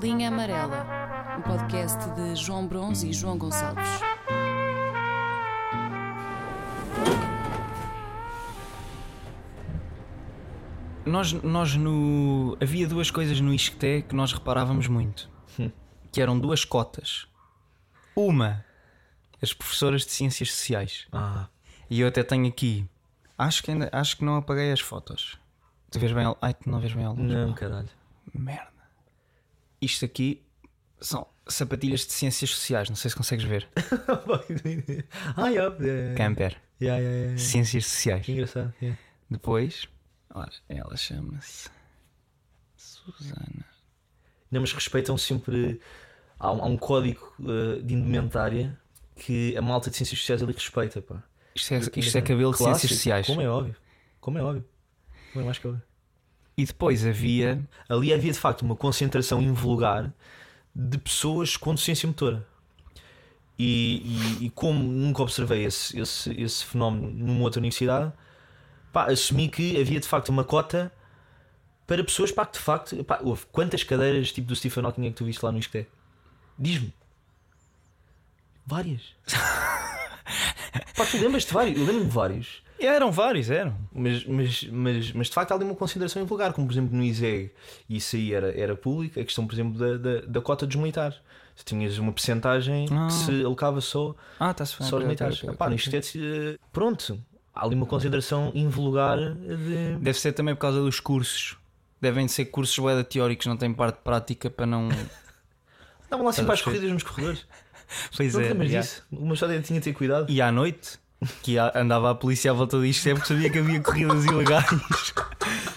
Linha Amarela, um podcast de João Bronze e João Gonçalves. Nós, nós no. Havia duas coisas no Isqueté que nós reparávamos muito. Que eram duas cotas. Uma, as professoras de ciências sociais. Ah, E eu até tenho aqui. Acho que, ainda, acho que não apaguei as fotos. Tu vês bem. a- Ai, tu não vês bem a luz. não, caralho. Merda. Isto aqui são sapatilhas de ciências sociais. Não sei se consegues ver. ah, yeah, yeah, yeah, Camper. yeah, yeah, yeah. Ciências sociais. Que engraçado. yeah. Depois. Ora, ela chama-se. Susana. Não, mas respeitam sempre. Há um, há um código eh, de indumentária que a malta de ciências sociais ali respeita. Pá. Isto é, isto é cabelo de Clássico, ciências sociais. Como é óbvio. Como é óbvio. Como é mais que óbvio. E depois havia. Ali havia de facto uma concentração invulgar de pessoas com deficiência motora. E, e- e como nunca observei esse, esse, esse fenómeno numa outra universidade, pá, assumi que havia de facto uma cota para pessoas pá, que de facto. Pá, houve quantas cadeiras tipo do Stephen Hawking é que tu viste lá no Isqueté? Diz-me. Várias. pá, tu lembras-te de vários? Eu lembro-me de vários. Eram vários, eram. Mas, mas, mas, mas de facto há ali uma consideração em vulgar, como por exemplo no ISEG, e isso aí era, era público, a questão, por exemplo, da, da, da cota dos militares. Tu tinhas uma percentagem Ah. que se alocava só, Ah, está-se bem. só aos militares. Epá, nisto é de se- pronto, há ali uma consideração invulgar de. Deve ser também por causa dos cursos. Devem ser cursos boeda teóricos, não tem parte prática para não. Estavam lá sempre às corridas nos corredores. pois Não te lembras já. disso? Uma história tinha de ter cuidado. E à noite, que a- andava a polícia à volta disto, sempre sabia que havia corridas ilegais.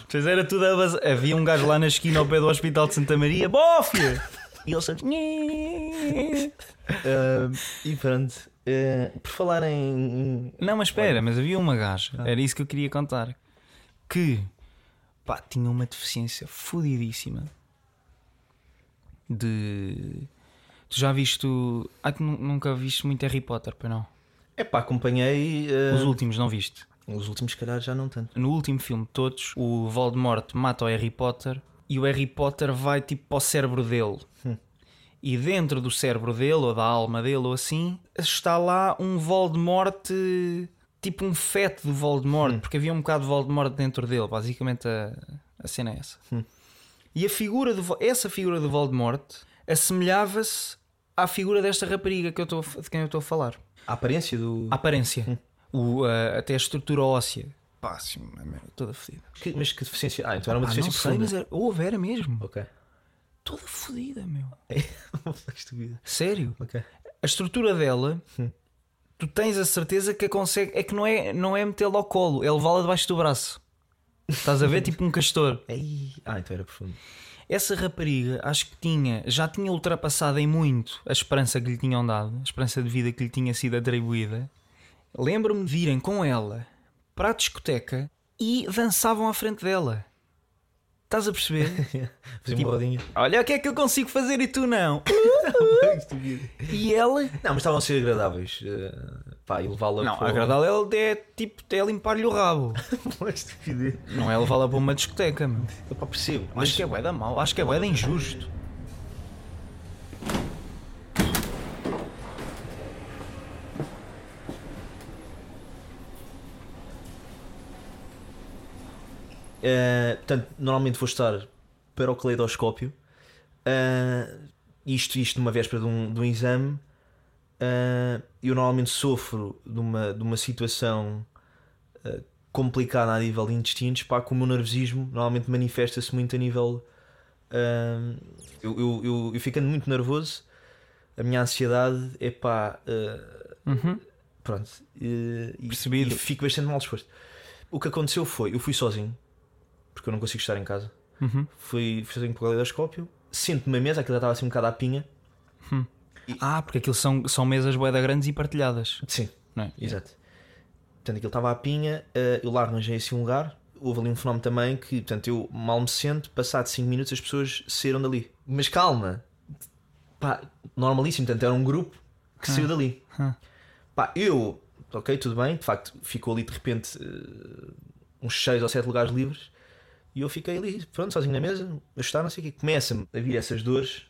Pois era tudo a base... Havia um gajo lá na esquina ao pé do Hospital de Santa Maria, bofia! E eles sempre. Ah, e pronto, Ah, por falar em. Não, mas espera, mas havia uma gaja, era isso que eu queria contar, que pá, tinha uma deficiência fodidíssima de. Tu já viste. o- Ah, tu nu- nunca viste muito Harry Potter, pois não? É pá, acompanhei. ah, Os últimos, não viste? os últimos, se calhar, já não tanto. No último filme de todos, o Voldemort mata o Harry Potter e o Harry Potter vai tipo para o cérebro dele. E dentro do cérebro dele, ou da alma dele, ou assim, está lá um Voldemort, eh, tipo um feto do Voldemort, porque havia um bocado de Voldemort dentro dele. Basicamente a, a cena é essa. E a figura do, Vo- essa figura do Voldemort assemelhava-se à figura desta rapariga que eu estou a f- de quem eu estou a falar. A aparência do. A aparência. O, ah, até a estrutura óssea. Pá, assim, uma merda toda fodida. Que- mas que deficiência? Ah, então era uma Ah, deficiência não sei, profunda. mas era, houve, era mesmo. Ok. Toda fodida, meu. Estúpida. Sério. Ok. A estrutura dela, tu tens a certeza que a consegue. É que não é, não é metê-la ao colo, é levá-la debaixo do braço. Estás a ver? tipo um castor. Ei. Ah, então era profundo. Essa rapariga, acho que tinha, já tinha ultrapassado em muito a esperança que lhe tinham dado, a esperança de vida que lhe tinha sido atribuída. Lembro-me de irem com ela para a discoteca e dançavam à frente dela. Estás a perceber? Fazia uma rodinha. Olha o que é que eu consigo fazer e tu não. é e ela. Não, mas estavam a ser agradáveis. eh, pá, e levá-la Não, para- agradá-la ela é tipo é limpar-lhe o rabo. Uma estupidez. Não é levá-la para uma discoteca, meu. Eu pá, percebo. Acho que é bué da mal, acho que é bué da injusto. Eh, portanto, normalmente vou estar para o caleidoscópio. Eh, isto, isto numa véspera de um, de um exame. Eh, eu normalmente sofro de uma, de uma situação eh, complicada a nível de intestinos. Pá, que o meu nervosismo normalmente manifesta-se muito a nível. eh, eu, eu, eu, eu ficando muito nervoso, a minha ansiedade é pá. eh, Uhum, Pronto. E, e- Percebido. E fico bastante mal disposto. O que aconteceu foi, eu fui sozinho, porque eu não consigo estar em casa. uhum. Fui, fui sozinho para o caleidoscópio, sento-me à mesa, aquilo já estava assim um bocado à pinha. Ah, porque aquilo são, são mesas bué da grandes e partilhadas. Sim, Não é? exato. Portanto, aquilo estava à pinha, eh, eu lá arranjei assim um lugar. Houve ali um fenómeno também que, portanto, eu mal me sento, passado 5 minutos as pessoas saíram dali. Mas calma, pá, normalíssimo, portanto, era um grupo que saiu dali. Ah. Pá, eu, ok, tudo bem, de facto, ficou ali de repente eh, uns 6 ou 7 lugares livres e eu fiquei ali, pronto, sozinho na mesa, a chutar, não sei o quê. Começa-me a vir essas dores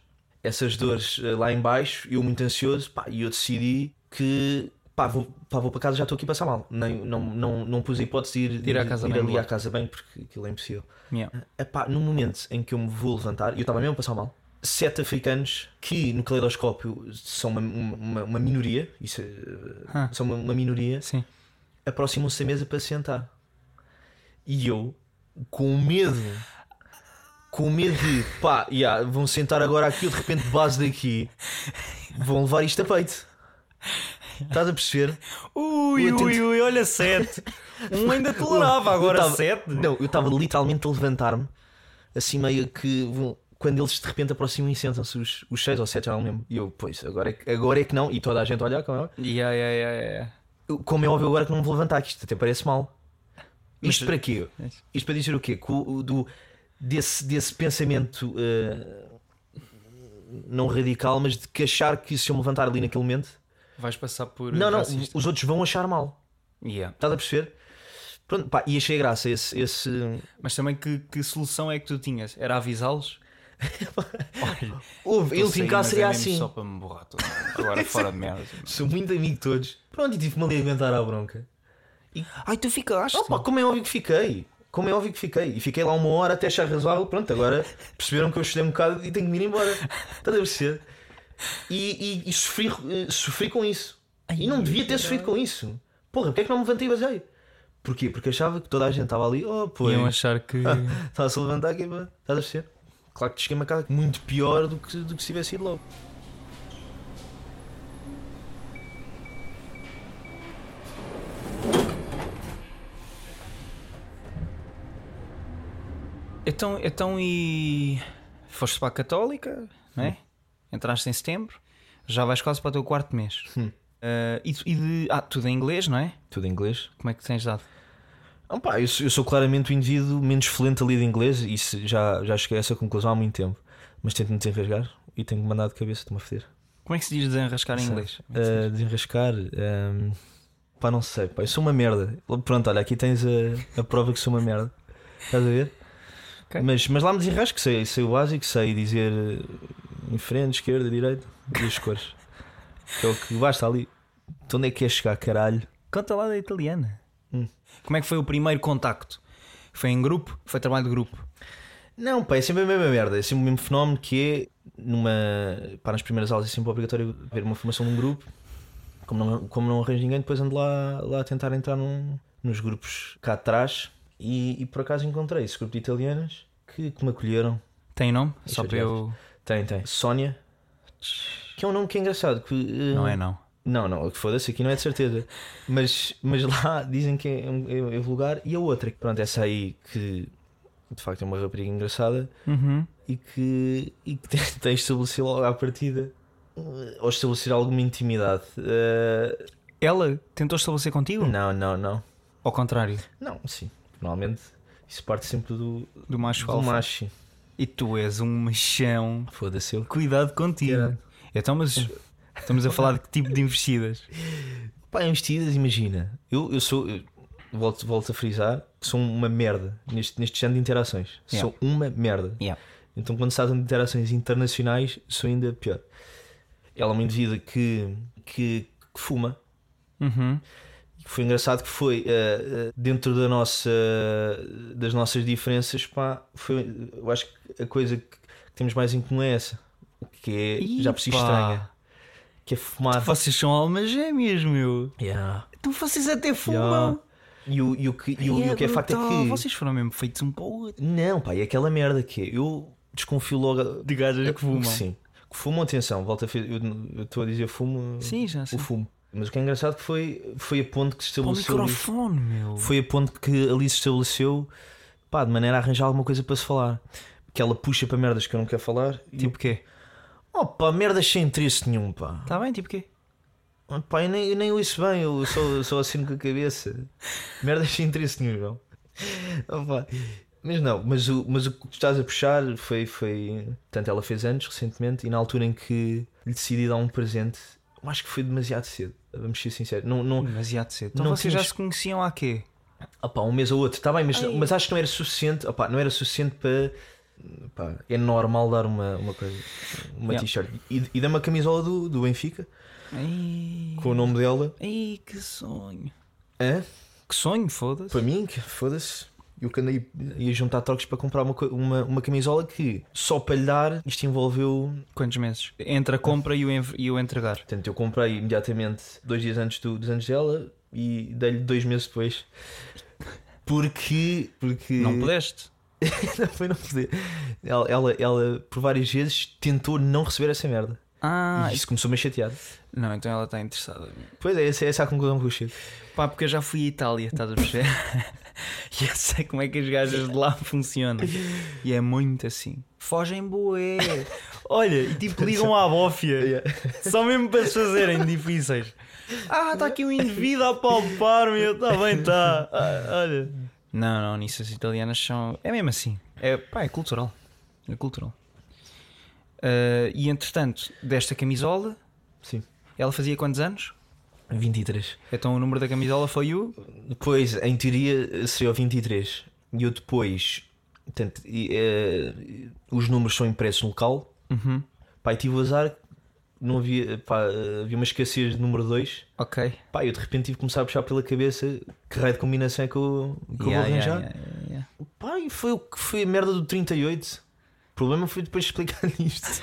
essas dores eh, lá em baixo, eu muito ansioso, pá, e eu decidi que pá, vou, pá, vou para casa, já estou aqui a passar mal. Nem, não, não, não pus a hipótese de ir, De ir à casa bem ali logo. à casa bem, porque aquilo é impossível. Yeah. Epá, no momento em que eu me vou levantar, e eu estava mesmo a passar mal, sete africanos que no caleidoscópio são uma, uma, uma minoria, isso, é, Ah. são uma, uma minoria, Sim. aproximam-se da mesa para se sentar. E eu, com medo, com medo de pá, yeah, vão sentar agora aqui, eu de repente base daqui, vão levar isto a peito. Estás a perceber? Ui, Eu tento- ui, ui, olha 7. Um ainda tolerava, Eu agora tava- 7. Não, eu estava literalmente a levantar-me, assim meio que vão- quando eles de repente aproximam e sentam-se os, os seis ou sete, já não lembro. E eu, pois, agora é, que- agora é que não, e toda a gente olha, como é, óbvio. Yeah, yeah, yeah, yeah. Eu- como é óbvio agora que não me vou levantar, que isto até parece mal. Isto Mas- para quê? Isto para dizer o quê? Que o- o do, desse, desse pensamento eh, não radical, mas de que achar que se eu me levantar ali naquele momento, Vais passar por. não, não, racista. os outros vão achar mal. Yeah. Estás a perceber? Pronto, pá, e achei graça esse, esse, Mas também que, que solução é que tu tinhas? Era avisá-los? Olha, estou a Houve, eles sair, em casa mas é seria mesmo assim. Só para me borrar toda. Agora fora de merda. Sou muito amigo de todos. Pronto, e tive-me ali a aguentar à bronca. Ai, tu ficaste. Opa, como é óbvio que fiquei. Como é óbvio que fiquei. E fiquei lá uma hora até achar razoável. Pronto, agora perceberam que eu estudei um bocado e tenho que me ir embora. Estás a perceber? E, e- e sofri, eh, sofri com isso. e não devia ter sofrido com isso. Porra, porque é que não me levantei e basei? Porquê? Porque achava que toda a gente estava ali. Oh, pô, Iam achar que. estava-se a levantar aqui. pá. Estás a perceber? Claro que cheguei a uma casa muito pior do que, do que se tivesse ido logo. Então, então e. Foste para a Católica, não é? Entraste em setembro, já vais quase para o teu quarto mês. Ah, e, tu- e de. Ah, tudo em inglês, não é? Tudo em inglês? Como é que tens dado? Ah, pá, eu, sou- eu sou claramente o indivíduo menos fluente ali de inglês e se- já, já cheguei a essa conclusão há muito tempo. Mas tento-me desenrasgar e tenho que mandar de cabeça, estou-me a foder. Como é que se diz desenrascar em inglês? Ah, desenrascar. ahm, pá, não sei, pá, eu sou uma merda. Pronto, olha, aqui tens a, a prova que sou uma merda. Estás a ver? Ok. Mas, mas lá me desenrasco, sei, sei o básico, sei dizer eh, em frente, esquerda, direita e as cores. Que é o que basta ali. De onde é que queres chegar, caralho? Conta lá da italiana. Hum. Como é que foi o primeiro contacto? Foi em grupo? Foi trabalho de grupo? Não, pá, é sempre a mesma merda, é sempre o mesmo fenómeno que é numa. Pá, nas primeiras aulas é sempre obrigatório haver uma formação de um grupo. Como não, como não arranjo ninguém, depois ando lá, lá a tentar entrar num- nos grupos cá atrás e, e por acaso encontrei esse grupo de italianas que, que me acolheram. Tem nome? Deixa Só eu para ver. eu. Tem, tem. Sónia. Que é um nome que é engraçado. Que, eh, Não é, não. Não, não, que foda-se, aqui não é de certeza. Mas, mas lá dizem que é, um- é, é vulgar e a outra. Pronto, essa aí que de facto é uma rapariga engraçada. Uhum. e que, e que tens de estabelecer logo à partida eh, ou estabelecer alguma intimidade. Eh, Ela tentou estabelecer contigo? não, não, não. Ao contrário, Não, sim. Normalmente isso parte sempre do, do macho do alfa. macho. E tu és um machão. Foda-se eu. Cuidado contigo. Caralho. Então, mas estamos a falar de que tipo de investidas? Pá, investidas, imagina. Eu, eu sou. eu volto, volto a frisar que sou uma merda neste, neste género de interações. Yeah. Sou uma merda. Então, quando se trata de interações internacionais, sou ainda pior. Ela é uma indivídua que, que, que fuma, Uhum. que foi engraçado que foi eh, eh, dentro da nossa das nossas diferenças pá, foi, eu acho que a coisa que, que temos mais em comum é essa que é já por si Epá. estranha que é fumar Vocês são almas gêmeas, meu. Yeah. Tu vocês até Yeah. fumam. E, o, e, o que, e, o, e o que é facto é brutal. que Vocês foram mesmo feitos um para o outro. não pá, é aquela merda que é, eu desconfio logo De gajas que fumam. sim que fumam atenção volta a fe- eu eu estou a dizer fumo Sim, já o sei. fumo mas o que é engraçado que foi foi a ponto que se Para o estabeleceu ali- microfone, meu. foi a ponto que ali se estabeleceu pá, de maneira a arranjar alguma coisa para se falar. Que ela puxa para merdas que eu não quero falar e eu, Tipo quê? opa, merdas sem interesse nenhum, pá. Está bem, tipo quê? Pá, eu nem, eu nem ouço bem, eu só, só assino com a cabeça. Merdas sem interesse nenhum, João. Opa, Mas não, mas o, mas o que tu estás a puxar foi, foi. Portanto, ela fez anos recentemente e na altura em que lhe decidi dar um presente, eu acho que foi demasiado cedo. Vamos ser sinceros. Não, não, Demasiado cedo. Então Não vocês já tinhas- se conheciam há quê? Opá, um mês ou outro, está bem, mas, Ai. mas acho que não era suficiente, opá, não era suficiente para pá, é normal dar uma, uma coisa, uma Yeah. t-shirt. E, e dá uma camisola do, do Benfica, Ai, com o nome dela. ai, que sonho. Hã? Que sonho, foda-se. Para mim, que foda-se. Eu que andei ia juntar trocos para comprar uma, co- uma, uma camisola que só para lhe dar isto envolveu. Quantos meses? Entre a compra e o, env- e o entregar. Portanto, eu comprei imediatamente dois dias antes do, dos anos dela e dei-lhe dois meses depois. Porque. porque Não pudeste? Foi não poder. Ela, ela, ela, por várias vezes, tentou não receber essa merda. Ah, e isso começou-me a chatear. não, então ela está interessada. Pois é, essa, essa é a conclusão que eu chego. Pá, porque eu já fui à Itália, estás a perceber? e eu sei como é que as gajas de lá funcionam. E é muito assim. Fogem boé. Olha, e tipo ligam à bófia. Só mesmo para se fazerem difíceis. Ah, está aqui um indivíduo a palpar-me. Está bem, está. olha. Não, não, nisso as italianas são. É mesmo assim. É, pá, é cultural. É cultural. Ah, e entretanto, desta camisola, Sim. ela fazia quantos anos? 23. Então o número da camisola foi o. Depois, em teoria, seria o 23. E eu depois. Portanto, e, eh, os números são impressos no local. Uhum. Pá, e tive o azar. Não havia, pá, havia uma escassez de número 2. Ok. Pá, eu de repente tive que começar a puxar pela cabeça que raio de combinação é que eu, que eu Yeah, vou arranjar. yeah, yeah, yeah. Pá, e foi o que foi a merda do 38. O problema foi depois explicar isto.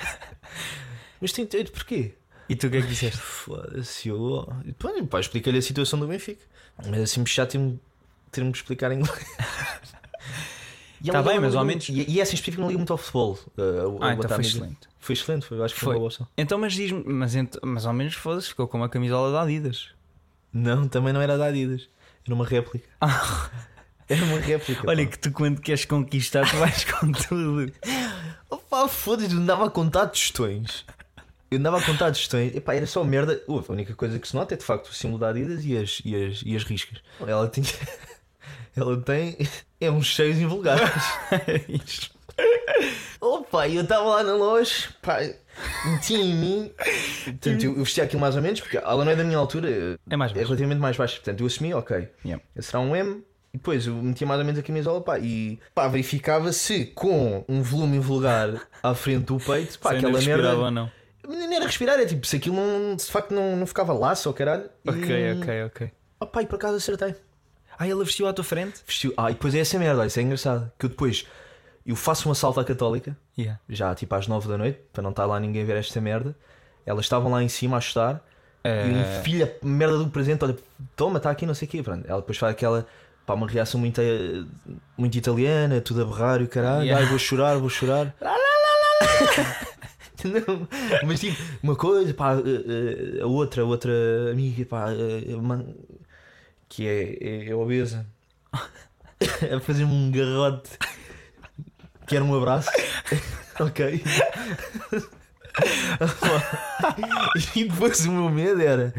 Mas 38 porquê? E tu o que é que disseste? Foda-se, eu. Pá, e pá, expliquei-lhe a situação do Benfica. Mas assim, já ter-me ter-me que explicar em inglês. E ela Tá bem, não mas liga ao muito- E, e essa em específico não liga muito ao futebol. Uh, a- a Ah, então botar foi amiga. excelente. Foi excelente, foi, acho que foi, Foi. uma boa opção. Então, mas diz-me, mas, ent- mas ao menos foda-se, ficou com uma camisola da Adidas. Não, também não era da Adidas. Era uma réplica. Era uma réplica. Ah. Olha, pá. que tu quando queres conquistar, tu vais com tudo. Opa, foda-se, eu andava a contar tostões. Eu andava a contar tostões. Epá, era só merda. Ouve, a única coisa que se nota é de facto o símbolo da Adidas e as, e as, e as riscas. Ela tinha. Ela tem. É uns cheios invulgares. Opa, eu estava lá na loja, pá, meti em mim. Portanto, eu eu vestia aquilo mais ou menos, porque ela não é da minha altura, É mais é baixo. relativamente mais baixa. Portanto, eu assumi, ok. Yeah. Será um M. E depois eu metia mais ou menos a camisola pá, e pá, verificava se com um volume vulgar à frente do peito, pá, Se ainda aquela respirava ou merda. não. Nem era respirar, é tipo, se aquilo não, se de facto não, não ficava laço ou caralho. Ok, e... ok, ok. Oh, pá, e por acaso acertei. Ah, ele vestiu à tua frente? Vestiu. Ah, e depois é essa merda, isso é engraçado. Que eu depois eu faço um assalto à Católica, Yeah. já tipo às 9 da noite, para não estar lá ninguém a ver esta merda. Elas estavam lá em cima a chutar. E É. Eh, um filho, a merda do presente, olha, toma, está aqui, não sei o quê. Pronto. Ela depois faz aquela, pá, uma reação muito, eh, muito italiana, tudo a berrar e o caralho, Yeah. ai, vou chorar, vou chorar. Não, mas tipo, uma coisa, pá, eh, eh, a outra, a outra amiga, pá, eh, man- que é, é, é obesa, a fazer-me um garrote, que era um abraço, ok? e depois o meu medo era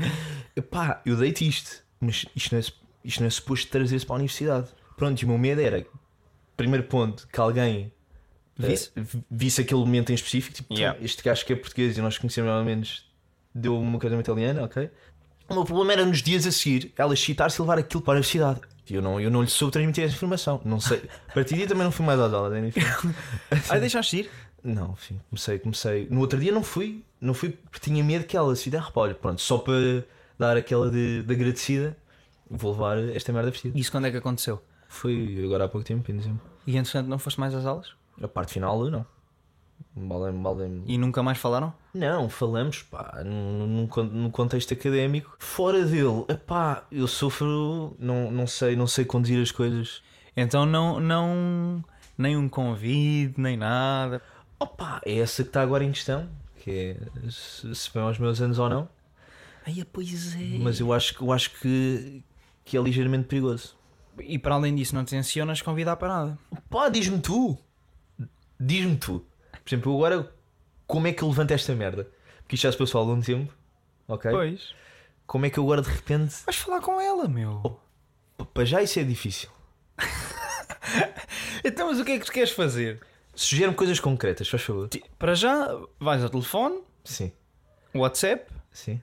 pá, eu deito isto, mas isto não é, sup- isto não é suposto trazer-se para a universidade. Pronto, e o meu medo era, primeiro ponto, que alguém eh, Visse? vi- visse aquele momento em específico, tipo, Yeah. este gajo que é português e nós conhecemos mais ou menos, deu uma coisa muito italiana, ok? O meu problema era nos dias a seguir, ela excitar-se e levar aquilo para a universidade. E Eu não, eu não lhe soube transmitir essa informação, não sei. A partir daí também não fui mais às aulas, enfim. Ah, deixaste ir? Não, enfim, comecei, comecei. No outro dia não fui, não fui porque tinha medo que ela se der repá, olha, pronto, só para dar aquela de, de agradecida, vou levar esta merda vestida. Isso quando é que aconteceu? Foi agora há pouco tempo, em dezembro. E entretanto não foste mais às aulas? A parte final, não. Um Balem, balem. E nunca mais falaram? Não, falamos, pá, num, num con- num contexto académico. Fora dele, pá, eu sofro, não, não sei, não sei conduzir as coisas. Então não, não, nem um convite, nem nada. Opa, é essa que está agora em questão, que é se, se vem aos meus anos ou não. Ai, pois é. Mas eu acho, que- eu acho que, que é ligeiramente perigoso. E para além disso, não te tensionas convidar para nada. Pá, diz-me tu. Diz-me tu. Por exemplo, eu agora como é que eu levanto esta merda? Porque isto já se passou há algum tempo. Ok? Pois. Como é que eu agora de repente. Vais falar com ela, meu. P- Para já isso é difícil. Então, mas o que é que tu queres fazer? Sugere-me coisas concretas, faz favor. Ti- Para já, vais ao telefone, Sim, WhatsApp. sim.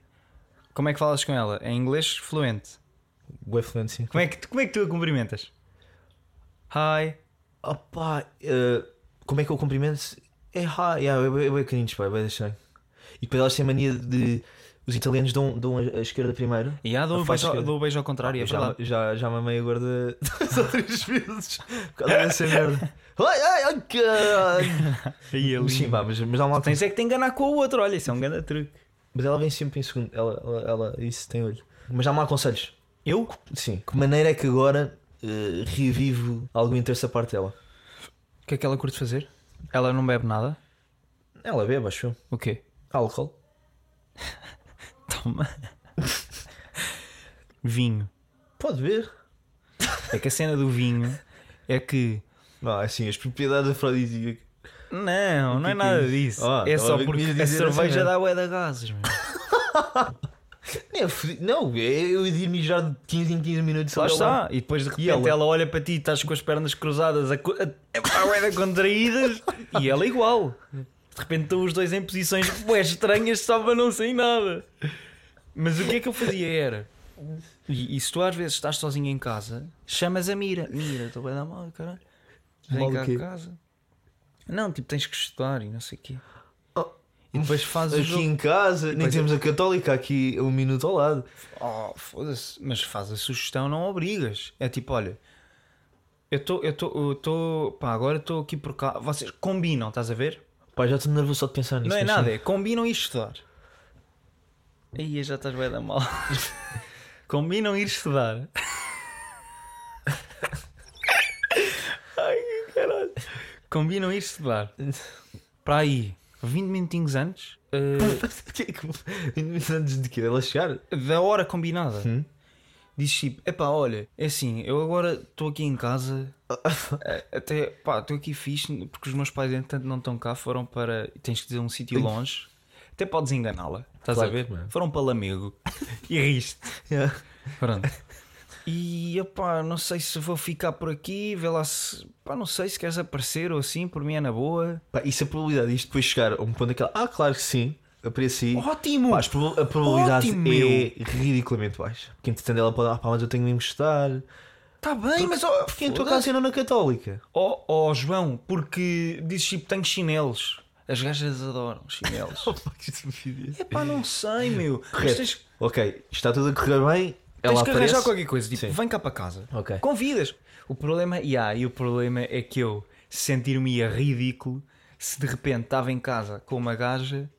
Como é que falas com ela? Em inglês fluente. Boa fluente, sim. Como é que, tu- como é que tu a cumprimentas? Hi. Opá, eh, Como é que eu cumprimento? É hi, yeah, eu bem carinhos, pá, é bem estranho. E depois elas têm a mania de. Os italianos dão, dão a, a esquerda primeiro. E há, dou, A o beijo, faixa ao- esquerda. dou o beijo ao contrário, é já, verdade. já, já mamei a gorda duas ou três vezes. Cada vez essa merda. Ai, ai, ai, caralho. E ele- Sim, vá, mas, mas há uma Só tens é que te enganar com o outro, olha, isso é um grande truque. Mas ela vem sempre em segundo. Ela, ela, ela- isso tem olho. Mas já me há conselhos. Eu? Sim. Que maneira é que agora eh, revivo algum interesse à parte dela? O que é que ela curte fazer? Ela não bebe nada? Ela bebe, acho eu. O quê? Álcool. Toma. vinho. Pode ver. É que a cena do vinho é que. Não, assim, as propriedades afrodisíacas. Não, não é que nada é isso? disso. Ah, é estava a só ver que porque me ias a dizer assim, cerveja né? dá bué de gases. meu. Não, é fodi- não, é- eu ia mijar de 15 em 15 minutos. Lá olha está. E depois de repente ela? ela? olha para ti e estás com as pernas cruzadas, a, co- a, a bué de contraídas e ela é igual. De repente estão os dois em posições bué estranhas só para não sair nada. Mas o que é que eu fazia era. E, e se tu às vezes estás sozinho em casa, chamas a Mira. Mira, estou bem da mal, caralho. Mal Vem o cá quê? a casa. Não, tipo, tens que estudar e não sei o quê. Oh. E depois fazes o Aqui jogo. em casa, nem Pois é. temos a católica aqui um minuto ao lado. Oh, foda-se. Mas faz a sugestão, não obrigas. É tipo, olha, eu estou, eu estou, eu estou, pá, agora estou aqui por cá. Vocês combinam, estás a ver? Pá, já estou nervoso só de pensar nisso. não é mas nada, sim. é combinam e estudar. Aí já estás bem da mal. combinam ir estudar. Ai, que caralho. Combinam ir estudar. Para aí, 20 minutinhos antes. eh, Que é que- Antes de que ela chegar, da hora combinada. Hum. Diz tipo, epá, olha, é assim, eu agora estou aqui em casa, eh, até, pá, estou aqui fixe, porque os meus pais, entretanto, não estão cá, foram para, tens que dizer um sítio longe, até podes enganá-la, estás Claro, é. a ver? mano. Foram para Lamego e riste. Yeah. Pronto. E, epá, não sei se vou ficar por aqui, vê lá se, pá, não sei se queres aparecer ou assim, por mim é na boa. Pá, e se a probabilidade disto depois chegar a um ponto daquela, ah, claro que sim, apareci. Ótimo! Pá, as proba- a probabilidade Ótimo, é ridiculamente baixa. Porque entretanto ela pode, ah, pá, mas eu tenho mesmo que estudar. Tá Está bem, mas... ó, Porque em tua foda-se. casa eu não na católica. Oh, oh João, porque dizes tipo tenho chinelos. As gajas adoram chinelos. é Epá, não sei, meu. Mas Correto. Tens, tens Ok, está tudo a correr bem. Ela que aparece. arranjar qualquer coisa. Tipo, Sim. vem cá para casa. Ok. Convidas. O problema, e há, e o problema é que eu sentir-me ridículo se de repente estava em casa com uma gaja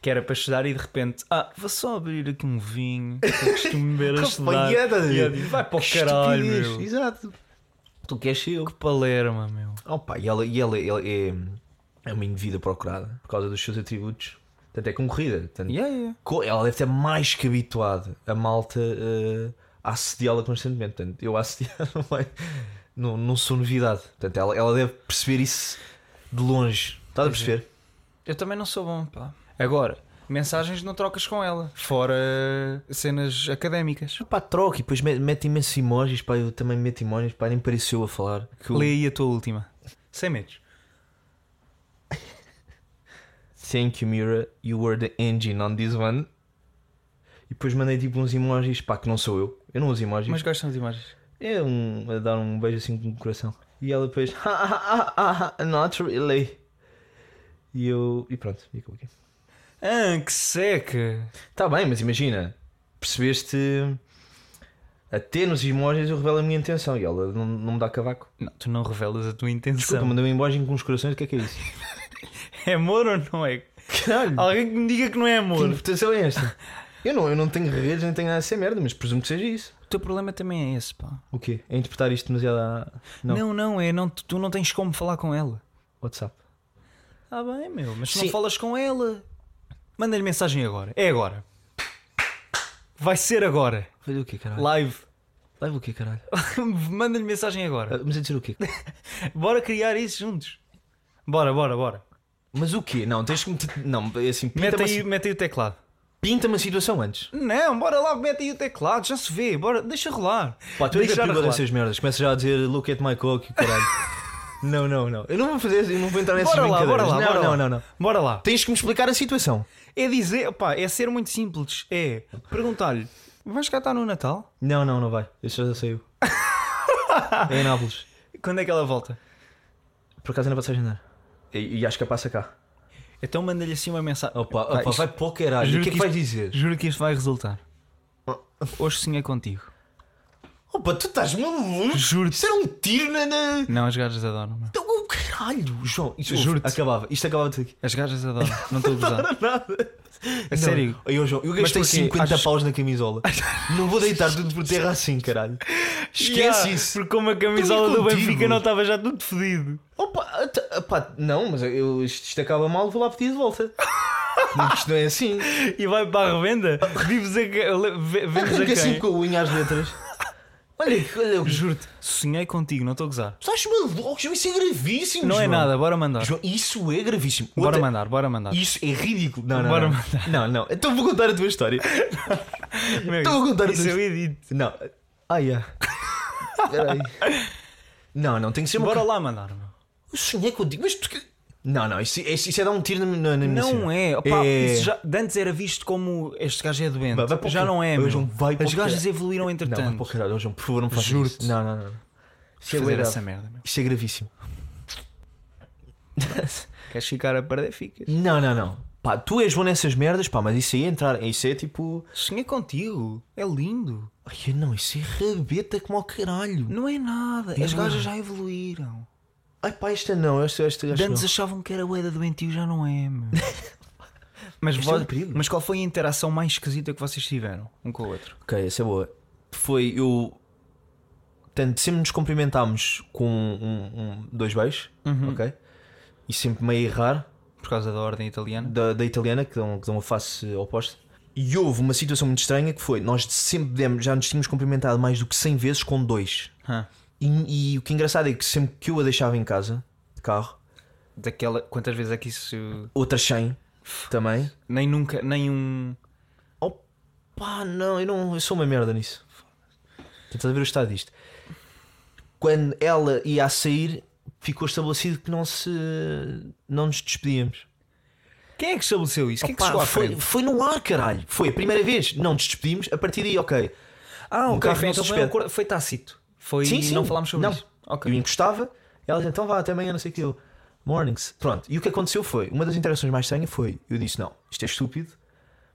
que era para estudar e de repente, ah, vou só abrir aqui um vinho. que eu Costumo beber a estudar. Companhia, estás a E ver? eu digo, vai para o Que caralho, estupidez, meu. Exato. Tu queres ser eu. Que palerma, meu. Oh, pá, e ela, e ela, ela é, é uma indivídua procurada por causa dos seus atributos. Portanto, é concorrida. Portanto, Yeah, yeah. co- Ela deve estar mais que habituada a malta eh, a assediá-la constantemente. Portanto, eu a assediar não, vai- não, não sou novidade. Portanto, ela, ela deve perceber isso de longe. Estás a perceber? Eu também não sou bom, pá. Agora, mensagens não trocas com ela, fora cenas académicas. Tipo, Pá, troca e depois me- mete imensos emojis. Pá, eu também meto emojis. Pá, nem pareceu a falar. Que eu- Lê aí a tua última. Sem medos. Thank you, Mira. You were the engine on this one. E depois mandei tipo uns emojis. Pá, que não sou eu. Eu não uso emojis. Mas gostam de imagens. É um, a dar um beijo assim com o coração. E ela depois. "Ha, ha, ha, ha, ha, Not really. E eu. E pronto, e acabou aqui. Ah, que seca! Tá bem, mas imagina. Percebeste. Até nos emojis eu revelo a minha intenção. E ela não, não me dá cavaco. Não, tu não revelas a tua Desculpa, intenção. mandei um emoji com uns corações. O que é que é isso? É amor ou não é? Caralho! Alguém que me diga que não é Que amor. interpretação é esta? Eu não, eu não tenho redes, nem tenho nada a ser merda, mas presumo que seja isso. O teu problema também é esse, pá. O quê? É interpretar isto demasiado a. Não. Não, não, é não, tu tu não tens como falar com ela. WhatsApp. Ah, bem, meu, mas se Sim. não falas com ela, manda-lhe mensagem agora. É agora. Vai ser agora. Fazer o quê, caralho? Live. Leva o quê, caralho? manda-lhe mensagem agora. Ah, Mas a dizer o quê? Bora criar isso juntos. Bora, bora, bora. Mas o quê? Não, tens que me. Não, é assim, Mete pinta-me aí, a- mete aí o teclado. pinta-me a situação antes. Não, bora lá, mete aí o teclado, já se vê, bora, deixa rolar. Pá, tu és a Deixar piba rolar. dessas merdas. Começa já a dizer look at my cock, caralho. não, não, não. Eu não vou fazer, eu não vou entrar nessas Bora lá, bora brincadeiras. lá, bora não, não, lá. não, não. Bora lá. Tens que me explicar a situação. É dizer, pá, é ser muito simples. É perguntar-lhe, vais cá estar no Natal? Não, não, não vai. Este já saiu. é em Nápoles. Quando é que ela volta? Por acaso ainda vai se agendar. E, e acho que a passa cá. Então manda-lhe assim uma mensagem. Opa, Pá, opa, isto- vai para o caralho. Juro o que é que que isto- vais dizer? Juro que isto vai resultar. Hoje sim é contigo. Opa, tu estás maluco? Juro-te. Isso era um tiro na. na... Não, as gajas adoram. meu. Então, o caralho, João. Isto Juro-te. acabava. Isto acabava de aqui. As gajas adoram. Não estou a gozar. Nada. É sério. Aí, ó, João, eu Mas gastei porquê? 50 Achas- paus na camisola. não vou deitar tudo por terra assim, caralho. Esquece Yeah, isso. Porque como a camisola Então é do contigo. Benfica não estava já tudo fedido. Opa, at- opá, não, mas eu, isto isto acaba mal, vou lá pedir de volta. isto não é assim. E vai para a revenda. Vives a. le- ve- Vendes a Arranca assim quem? com a unha às letras. Olha, olha, Juro-te. Sonhei contigo, não estou a gozar. estás maluco, João, isso é gravíssimo. Não é João. nada, bora mandar. João, isso é gravíssimo. Bora Outra- mandar, bora mandar. Isso é ridículo. Não, não, Bora não. mandar. Não, não. Então vou contar a tua história. Meu, Estou a contar a tua é Isso eu história. edito. Não. Ai, ah. Peraí. Não, não, tem que ser uma Bora lá mandar, meu. Eu sonhei contigo, mas tu que- Não, não, isso, isso, isso é dar um tiro na, na, na minha Não cena. é. Opá, Isso já, de antes era visto como este gajo é doente. Vai- vai para o já caralho. não é, meu. Hoje não vai para As o gajas caralho. evoluíram Não, vai para o entretanto. caralho, João, por favor, não faças é Juro-te. isso. Não, não, não. Isso é Fazer grave. essa merda, meu. Isso é gravíssimo. Queres ficar a perder, ficas. Não, não, não. Pá, tu és bom nessas merdas, pá, mas isso aí é entrar, isso aí é tipo. Sonhei contigo. É lindo. Ai, não, isso é rabeta como ao caralho. Não é nada. As Não. gajas já evoluíram. Ai, pá, esta não, esta, esta, De esta não. antes achavam que era boeda doentio, já não é, meu. Mas, Isto é vo- um perigo. mas qual foi a interação mais esquisita que vocês tiveram um com o outro? Ok, essa é boa. Foi eu. Portanto, sempre nos cumprimentámos com um- um- dois beijos, ok? E sempre meio a errar. Por causa da ordem italiana? da, da italiana, que dão, que dão a face oposta. E houve uma situação muito estranha que foi: nós sempre demos, já nos tínhamos cumprimentado mais do que 100 vezes com dois. Hã? E, e o que é engraçado é que sempre que eu a deixava em casa, de carro, Daquela. Quantas vezes é que isso. outras 100 também. Nem nunca. Nem um. Pá, não, eu não, eu sou uma merda nisso. Estás a ver o estado disto. Quando ela ia a sair, ficou estabelecido que não se. não nos despedíamos. Quem é que estabeleceu isso? Quem é que Pá, chegou à foi, frente? foi no ar, caralho. Foi a primeira vez. Não nos despedimos. A partir daí, ok. Ah, o ok. carro Foi, não então se foi, um despede. acordo- foi tácito. Foi. Sim, sim. Não falámos sobre Não. isso. Eu Ok. encostava, ela dizia, então vá, até amanhã, não sei o que eu. Mornings. Pronto. E o que aconteceu foi, uma das interações mais estranhas foi, eu disse, não, isto é estúpido,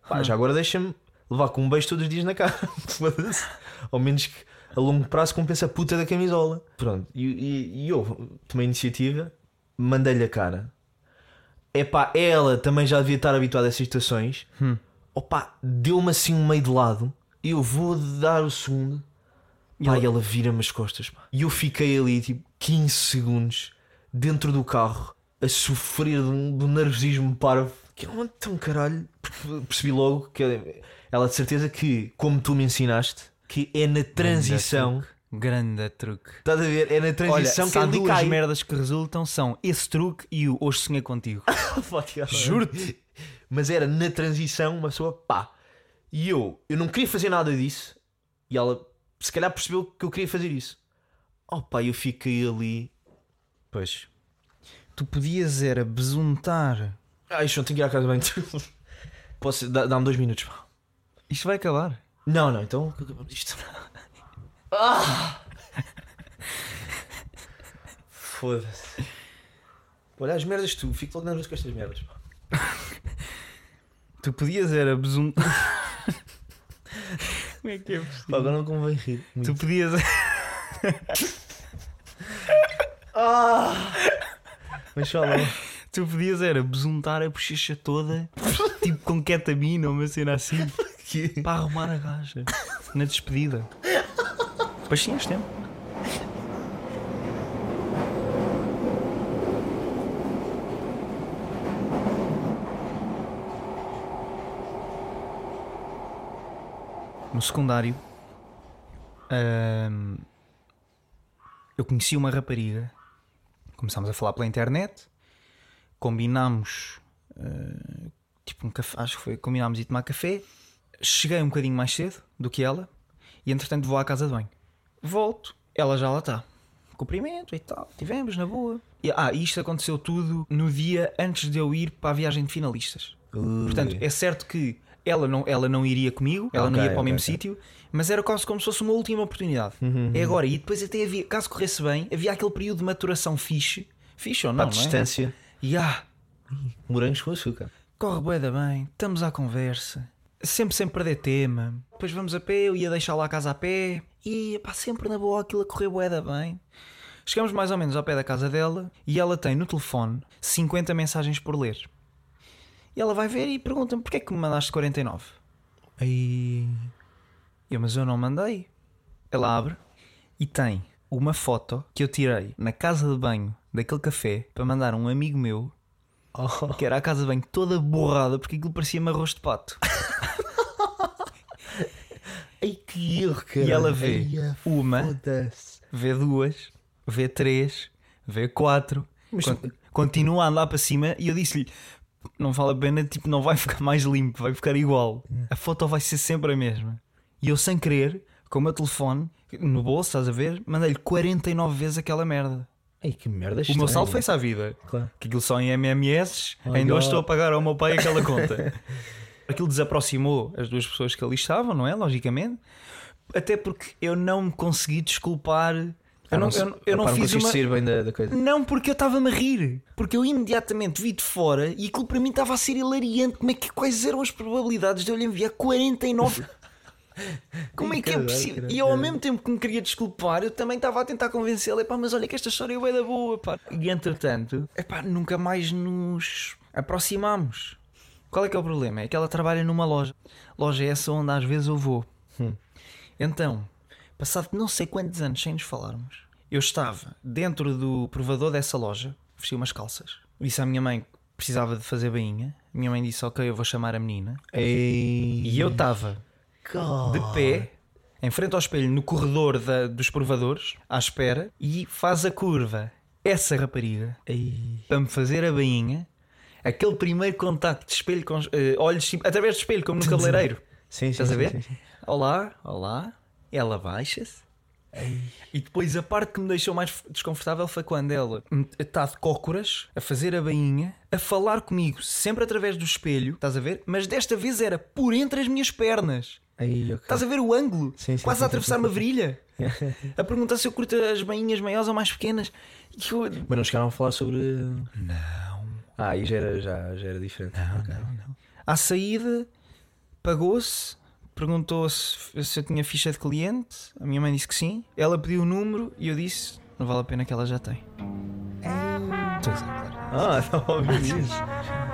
pá, já agora deixa-me levar com um beijo todos os dias na cara. Foda-se. Ao menos que a longo prazo compensa a puta da camisola. Pronto. E, e- e eu tomei a iniciativa, mandei-lhe a cara. Epá, ela também já devia estar habituada a essas situações. Opa, deu-me assim um meio de lado. Eu vou dar o segundo. Pá, e ela vira-me as costas. pá. E eu fiquei ali, tipo, 15 segundos dentro do carro a sofrer de um, de um nervosismo parvo. Que eu, então, caralho, porque percebi logo que ela de certeza que, como tu me ensinaste, que é na transição. Grande truque. Estás a ver? É na assim. Olha, transição se que há ele duas cai. merdas que resultam são esse truque e o hoje sonhei contigo. Juro-te. Mas era na transição uma pessoa pá. E eu, eu não queria fazer nada disso. E ela, se calhar, percebeu que eu queria fazer isso. Oh pá, eu fiquei ali. Pois. Tu podias era besuntar. Ai, João, tenho que ir à casa bem. Posso, dá- dá-me dois minutos. pá. Isto vai acabar. Não, não, então. Isto. Ah! Foda-se. Olha as merdas, tu. Fico logo nervoso com estas merdas. pá. Tu podias era besuntar. Como é que é possível? Pá, agora não convém rir. Tu podias. Ah! Mas fala. Tu podias era besuntar a bochecha toda, tipo com ketamina ou uma cena assim, para arrumar a gaja na despedida. Pois tinhas tempo. No secundário, ahm, eu conheci uma rapariga. Começámos a falar pela internet combinámos eh, tipo um café, acho que foi, combinámos ir tomar café. Cheguei um bocadinho mais cedo do que ela e entretanto vou à casa de banho. Volto, ela já lá está. Cumprimento e tal, tivemos na boa. E, ah, e isto aconteceu tudo no dia antes de eu ir para a viagem de finalistas. Portanto, é certo que ela não, ela não iria comigo, ela não Ok, ia para o ok, mesmo ok. Uhum, sítio, mas era quase como se fosse uma última oportunidade. É agora, e depois até havia, caso corresse bem, havia aquele período de maturação fixe, fixe ou não, à não é? distância. E ah, Morangos com açúcar. corre bué da bem, estamos à conversa. Sempre sem perder tema. Depois vamos a pé, eu ia deixar lá a casa a pé. E pá, sempre na boa aquilo a correr bué da bem. Chegamos mais ou menos ao pé da casa dela e ela tem no telefone 50 mensagens por ler. E ela vai ver e pergunta-me porquê é que me mandaste 49? Aí. Eu, mas eu não mandei. Ela abre e tem uma foto que eu tirei na casa de banho daquele café para mandar a um amigo meu Oh. que era a casa de banho toda borrada porque aquilo parecia-me arroz de pato. Ai que erro, cara. E ela vê Ai, ah, uma. foda-se. Vê duas, vê três, vê quatro. Mas- Con- Continua a andar para cima e eu disse-lhe: não vale a pena, tipo, não vai ficar mais limpo, vai ficar igual. A foto vai ser sempre a mesma. E eu, sem querer, com o meu telefone no bolso, estás a ver, mandei-lhe 49 vezes aquela merda. Ai que merda. O meu saldo foi-se à vida. Claro. Que aquilo só em MMS, Oh, ainda God. hoje estou a pagar ao meu pai aquela conta. aquilo desaproximou as duas pessoas que ali estavam, não é? Logicamente. Até porque eu não me consegui desculpar. Eu Ah, não, eu, não- eu não fiz uma. sair bem da, da coisa. Não, porque eu estava-me a rir. Porque eu imediatamente vi de fora e aquilo para mim estava a ser hilariante. Como é que, quais eram as probabilidades de eu lhe enviar 49? Como é que é Caralho, possível? caralho, E eu, ao é caralho. é Então, E eu Ei. estava de Oh. pé, em frente ao espelho, no corredor da- dos provadores, à espera, e faz a curva. Essa rapariga, Ei. para me fazer a bainha, aquele primeiro contacto de espelho com eh, olhos, tipo, através do espelho, como no cabeleireiro. Sim, sim. Estás a sim, ver? sim, sim. Olá, olá. Ela baixa-se. E depois a parte que me deixou mais f- desconfortável foi quando ela está de cócoras, a fazer a bainha, a falar comigo, sempre através do espelho, estás a ver? Mas desta vez era por entre as minhas pernas. Ei, ok. Estás a ver o ângulo? Sim, sim, Quase sim, a atravessar uma virilha. A perguntar se eu curto as bainhas maiores ou mais pequenas. E eu- Mas não chegaram a falar sobre. Não. Ah, aí já era, já, já era diferente. Não, não, não. À saída, pagou-se, perguntou se, se eu tinha ficha de cliente. A minha mãe disse que sim. Ela pediu o número e eu disse: não vale a pena que ela já tem. Estou a usar, claro. Ah, não tá ouvi isso.